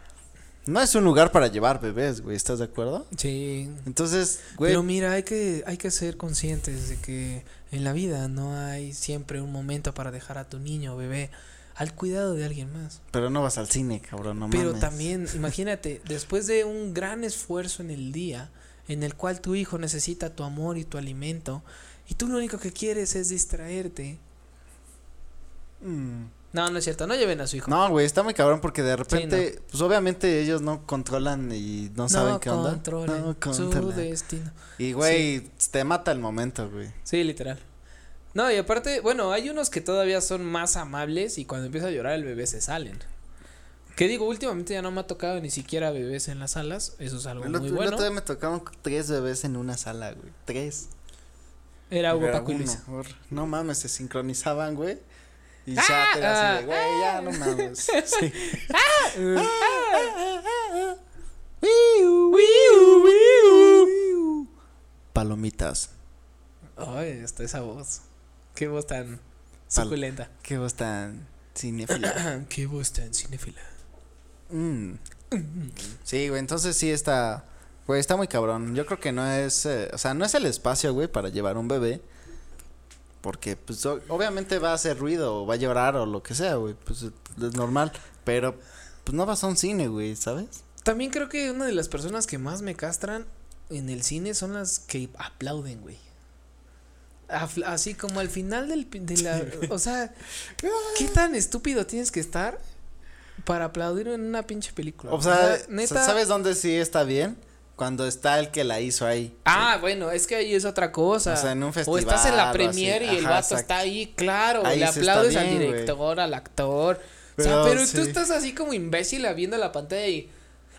Speaker 1: no es un lugar para llevar bebés, güey, ¿estás de acuerdo?
Speaker 3: Sí.
Speaker 1: Entonces, güey,
Speaker 3: Pero mira, hay que, hay que ser conscientes de que en la vida no hay siempre un momento para dejar a tu niño o bebé al cuidado de alguien más.
Speaker 1: pero no vas al cine, cabrón, no
Speaker 3: Pero
Speaker 1: mames.
Speaker 3: también, imagínate, después de un gran esfuerzo en el día, en el cual tu hijo necesita tu amor y tu alimento, y tú lo único que quieres es distraerte.
Speaker 1: Mm.
Speaker 3: No, no es cierto, no lleven a su hijo.
Speaker 1: No, güey, está muy cabrón porque de repente,
Speaker 3: no.
Speaker 1: pues obviamente ellos no controlan y no, saben qué onda.
Speaker 3: controlen
Speaker 1: no
Speaker 3: su
Speaker 1: controlan.
Speaker 3: destino.
Speaker 1: Y güey, te mata el momento, güey.
Speaker 3: Sí, literal. No, y aparte, bueno, hay unos que todavía son más amables y cuando empieza a llorar el bebé se salen. Que digo, últimamente ya no me ha tocado ni siquiera bebés en las salas, eso es algo
Speaker 1: El
Speaker 3: muy
Speaker 1: otro, el
Speaker 3: bueno.
Speaker 1: otro día me tocaron tres bebés en una sala, güey. Tres.
Speaker 3: Era Hugo
Speaker 1: Era
Speaker 3: Paco y
Speaker 1: uno,
Speaker 3: Luisa.
Speaker 1: or- No mames, se sincronizaban, güey. Y
Speaker 3: Ah,
Speaker 1: ya te era así de,
Speaker 3: ah,
Speaker 1: güey, ya no mames. Ah, Sí. ah, Palomitas.
Speaker 3: Ay, esta esa voz. Qué voz tan
Speaker 1: Pal-
Speaker 3: suculenta.
Speaker 1: Qué vos tan cinéfila.
Speaker 3: Qué voz tan cinéfila.
Speaker 1: Mm. Sí, güey, entonces sí está. Güey, está muy cabrón. Yo creo que no es. eh, o sea, no es el espacio, güey, para llevar un bebé. Porque, pues, o- obviamente va a hacer ruido o va a llorar o lo que sea, güey. Pues eh, es normal. Pero, pues no vas a un cine, güey, ¿sabes?
Speaker 3: También creo que una de las personas que más me castran en el cine son las que aplauden, güey. Afl- Así como al final del, pi- de la... O sea, ¿qué tan estúpido tienes que estar para aplaudir en una pinche película?
Speaker 1: O sea, ¿sabes dónde sí está bien? Cuando está el que la hizo ahí.
Speaker 3: Ah, bueno, es que ahí es otra cosa.
Speaker 1: O sea, en un
Speaker 3: O estás en
Speaker 1: festival o
Speaker 3: la
Speaker 1: así.
Speaker 3: premier y el
Speaker 1: Ajá,
Speaker 3: vato
Speaker 1: exacto.
Speaker 3: está ahí, claro.
Speaker 1: Ahí
Speaker 3: le
Speaker 1: sí está
Speaker 3: aplaudes al
Speaker 1: bien, güey.
Speaker 3: director, al actor. o
Speaker 1: Pero
Speaker 3: sea, pero
Speaker 1: sí.
Speaker 3: tú estás así como imbécil viendo la pantalla y.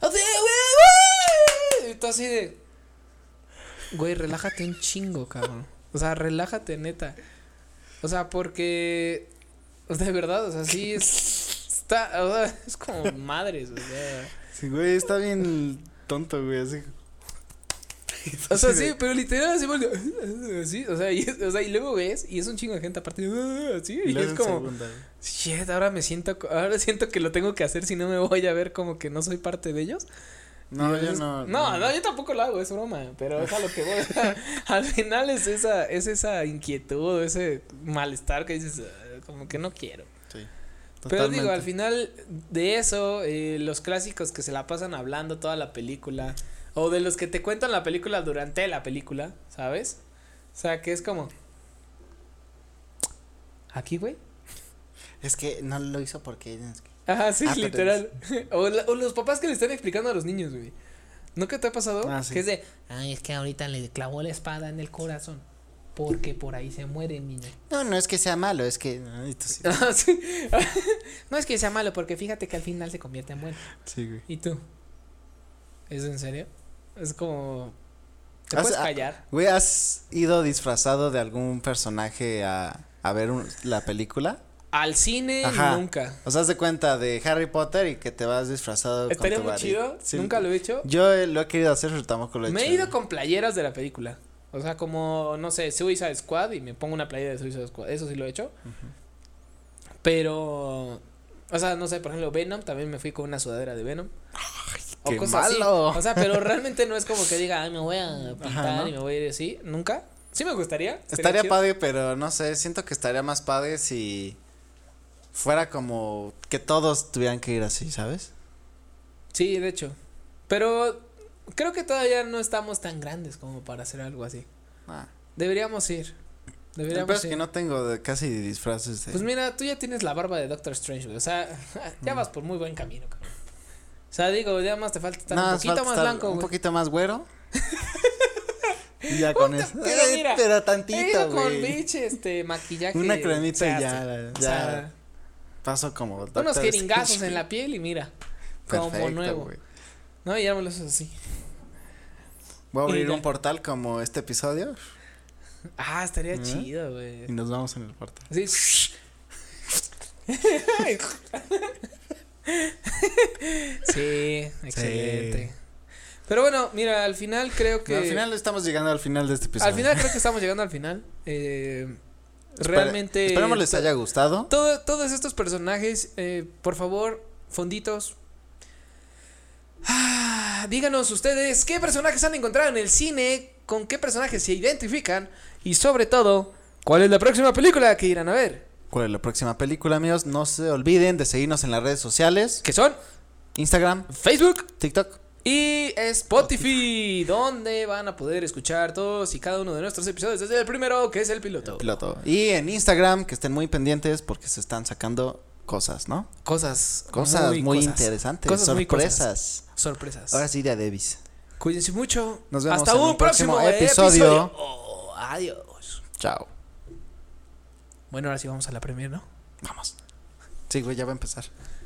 Speaker 3: "Así, güey, güey". Y tú así de. Güey, relájate un chingo, cabrón. O sea, relájate, neta. O sea, porque. De verdad, o sea, sí es. Está, o sea, es como madres, o sea.
Speaker 1: Sí, güey, está bien tonto, güey, así.
Speaker 3: O sea, sí, pero literal así, volteo, así, o sea, y, es- o sea, y luego ves y es un chingo de gente aparte, "Ah", así, y,
Speaker 1: lo
Speaker 3: es
Speaker 1: hacen
Speaker 3: como,
Speaker 1: segunda, güey.
Speaker 3: shit, ahora me siento, co- ahora siento que lo tengo que hacer si no me voy a ver como que no soy parte de ellos.
Speaker 1: No,
Speaker 3: Y
Speaker 1: yo
Speaker 3: es-
Speaker 1: no.
Speaker 3: No, no, yo tampoco lo hago, es broma, pero es a lo que voy. o sea, al final es esa, es esa inquietud, ese malestar que dices, "Ah, como que no quiero.
Speaker 1: Sí,
Speaker 3: Pero digo,
Speaker 1: totalmente.
Speaker 3: al final de eso, eh, los clásicos que se la pasan hablando toda la película, o de los que te cuentan la película durante la película, ¿sabes? O sea, que es como... Aquí, güey.
Speaker 1: Es que no lo hizo porque.
Speaker 3: Ajá, sí,
Speaker 1: Ah, pero
Speaker 3: literal. O, la- o los papás que le están explicando a los niños, güey. ¿Nunca te ha pasado?
Speaker 1: Ah, sí.
Speaker 3: Que es de, ay, es que ahorita le clavó la espada en el corazón, porque por ahí se muere, niño.
Speaker 1: No, no es que sea malo, es que. Ay, tú sí.
Speaker 3: Ah, sí. no es que sea malo, porque fíjate que al final se convierte en bueno.
Speaker 1: Sí, güey.
Speaker 3: ¿Y tú? ¿Es en serio? Es como. ¿Te
Speaker 1: Haz-
Speaker 3: puedes
Speaker 1: ah,
Speaker 3: callar?
Speaker 1: Güey, ¿has ido disfrazado de algún personaje a, a ver un- la película?
Speaker 3: Al cine
Speaker 1: Ajá.
Speaker 3: nunca.
Speaker 1: O sea, haz de cuenta de Harry Potter y que te vas disfrazado. con
Speaker 3: Estaría
Speaker 1: tu
Speaker 3: muy
Speaker 1: vari-
Speaker 3: chido.
Speaker 1: Sí.
Speaker 3: Nunca lo he hecho.
Speaker 1: Yo eh, lo he querido hacer, pero tampoco lo he
Speaker 3: Me
Speaker 1: hecho.
Speaker 3: he ido
Speaker 1: güey.
Speaker 3: con playeras de la película. O sea, como, no sé, Suicide Squad y me pongo una playera de Suicide Squad. Eso sí lo he hecho. Pero. O sea, no sé, por ejemplo, Venom. También me fui con una sudadera de Venom.
Speaker 1: qué
Speaker 3: así.
Speaker 1: malo.
Speaker 3: O sea, pero realmente no es como que diga, ay, me voy a pintar
Speaker 1: ¿no?
Speaker 3: y me voy a ir así. Nunca. Sí me gustaría.
Speaker 1: Estaría
Speaker 3: chido.
Speaker 1: padre, pero no sé, siento que estaría más padre si fuera como que todos tuvieran que ir así, ¿sabes?
Speaker 3: Sí, de hecho. Pero creo que todavía no estamos tan grandes como para hacer algo así.
Speaker 1: Ah.
Speaker 3: Deberíamos ir.
Speaker 1: El
Speaker 3: Deberíamos
Speaker 1: peor es
Speaker 3: ir.
Speaker 1: que no tengo de- casi disfraces de.
Speaker 3: Pues mira, tú ya tienes la barba de Doctor Strange, güey. O sea, ya
Speaker 1: Mm.
Speaker 3: vas por muy buen camino, cabrón. O sea, digo, ya más te falta estar
Speaker 1: Nada
Speaker 3: un
Speaker 1: más
Speaker 3: poquito
Speaker 1: falta
Speaker 3: más
Speaker 1: estar
Speaker 3: blanco,
Speaker 1: Un
Speaker 3: güey.
Speaker 1: poquito más güero. y ya con eso.
Speaker 3: pero
Speaker 1: Ay,
Speaker 3: mira,
Speaker 1: pero
Speaker 3: He
Speaker 1: tantito,
Speaker 3: ido con
Speaker 1: güey.
Speaker 3: pinche este maquillaje.
Speaker 1: Una cremita y
Speaker 3: o sea,
Speaker 1: ya, la-
Speaker 3: o sea,
Speaker 1: Paso como.
Speaker 3: unos
Speaker 1: Doctor
Speaker 3: jeringazos
Speaker 1: Strange.
Speaker 3: en la piel y mira. como
Speaker 1: Perfecto,
Speaker 3: nuevo.
Speaker 1: güey.
Speaker 3: No, y ya me lo haces así.
Speaker 1: Voy a
Speaker 3: Y
Speaker 1: abrir
Speaker 3: ya.
Speaker 1: un portal como este episodio
Speaker 3: Ah, estaría
Speaker 1: ¿Eh?
Speaker 3: chido,
Speaker 1: y
Speaker 3: güey.
Speaker 1: nos vamos en el portal.
Speaker 3: Así. sí, excelente. Pero bueno, mira, al final creo que.
Speaker 1: Al final estamos llegando al final de este episodio.
Speaker 3: Al final creo que estamos llegando al final. Eh,
Speaker 1: Espere-
Speaker 3: realmente.
Speaker 1: Esperemos les haya gustado.
Speaker 3: Todo- todos estos personajes, eh, por favor, fonditos. Ah, díganos ustedes qué personajes han encontrado en el cine, con qué personajes se identifican y sobre todo, cuál es la próxima película que irán a ver.
Speaker 1: ¿Cuál es la próxima película, amigos? No se olviden de seguirnos en las redes sociales:
Speaker 3: Que son
Speaker 1: Instagram,
Speaker 3: Facebook
Speaker 1: TikTok.
Speaker 3: y Spotify, donde van a poder escuchar todos y cada uno de nuestros episodios desde el primero, que es el piloto.
Speaker 1: Piloto. Y en Instagram, que estén muy pendientes porque se están sacando cosas, ¿no?
Speaker 3: Cosas,
Speaker 1: Cosas muy,
Speaker 3: cosas.
Speaker 1: interesantes,
Speaker 3: Cosas muy cosas.
Speaker 1: sorpresas.
Speaker 3: sorpresas.
Speaker 1: Ahora sí, de Davis.
Speaker 3: Cuídense mucho.
Speaker 1: Nos vemos
Speaker 3: Hasta
Speaker 1: en
Speaker 3: un
Speaker 1: un próximo
Speaker 3: próximo
Speaker 1: episodio.
Speaker 3: episodio. Oh, adiós.
Speaker 1: Chao.
Speaker 3: Bueno, ahora sí vamos a la premier, ¿no?
Speaker 1: Vamos. Sí, güey, ya va a empezar.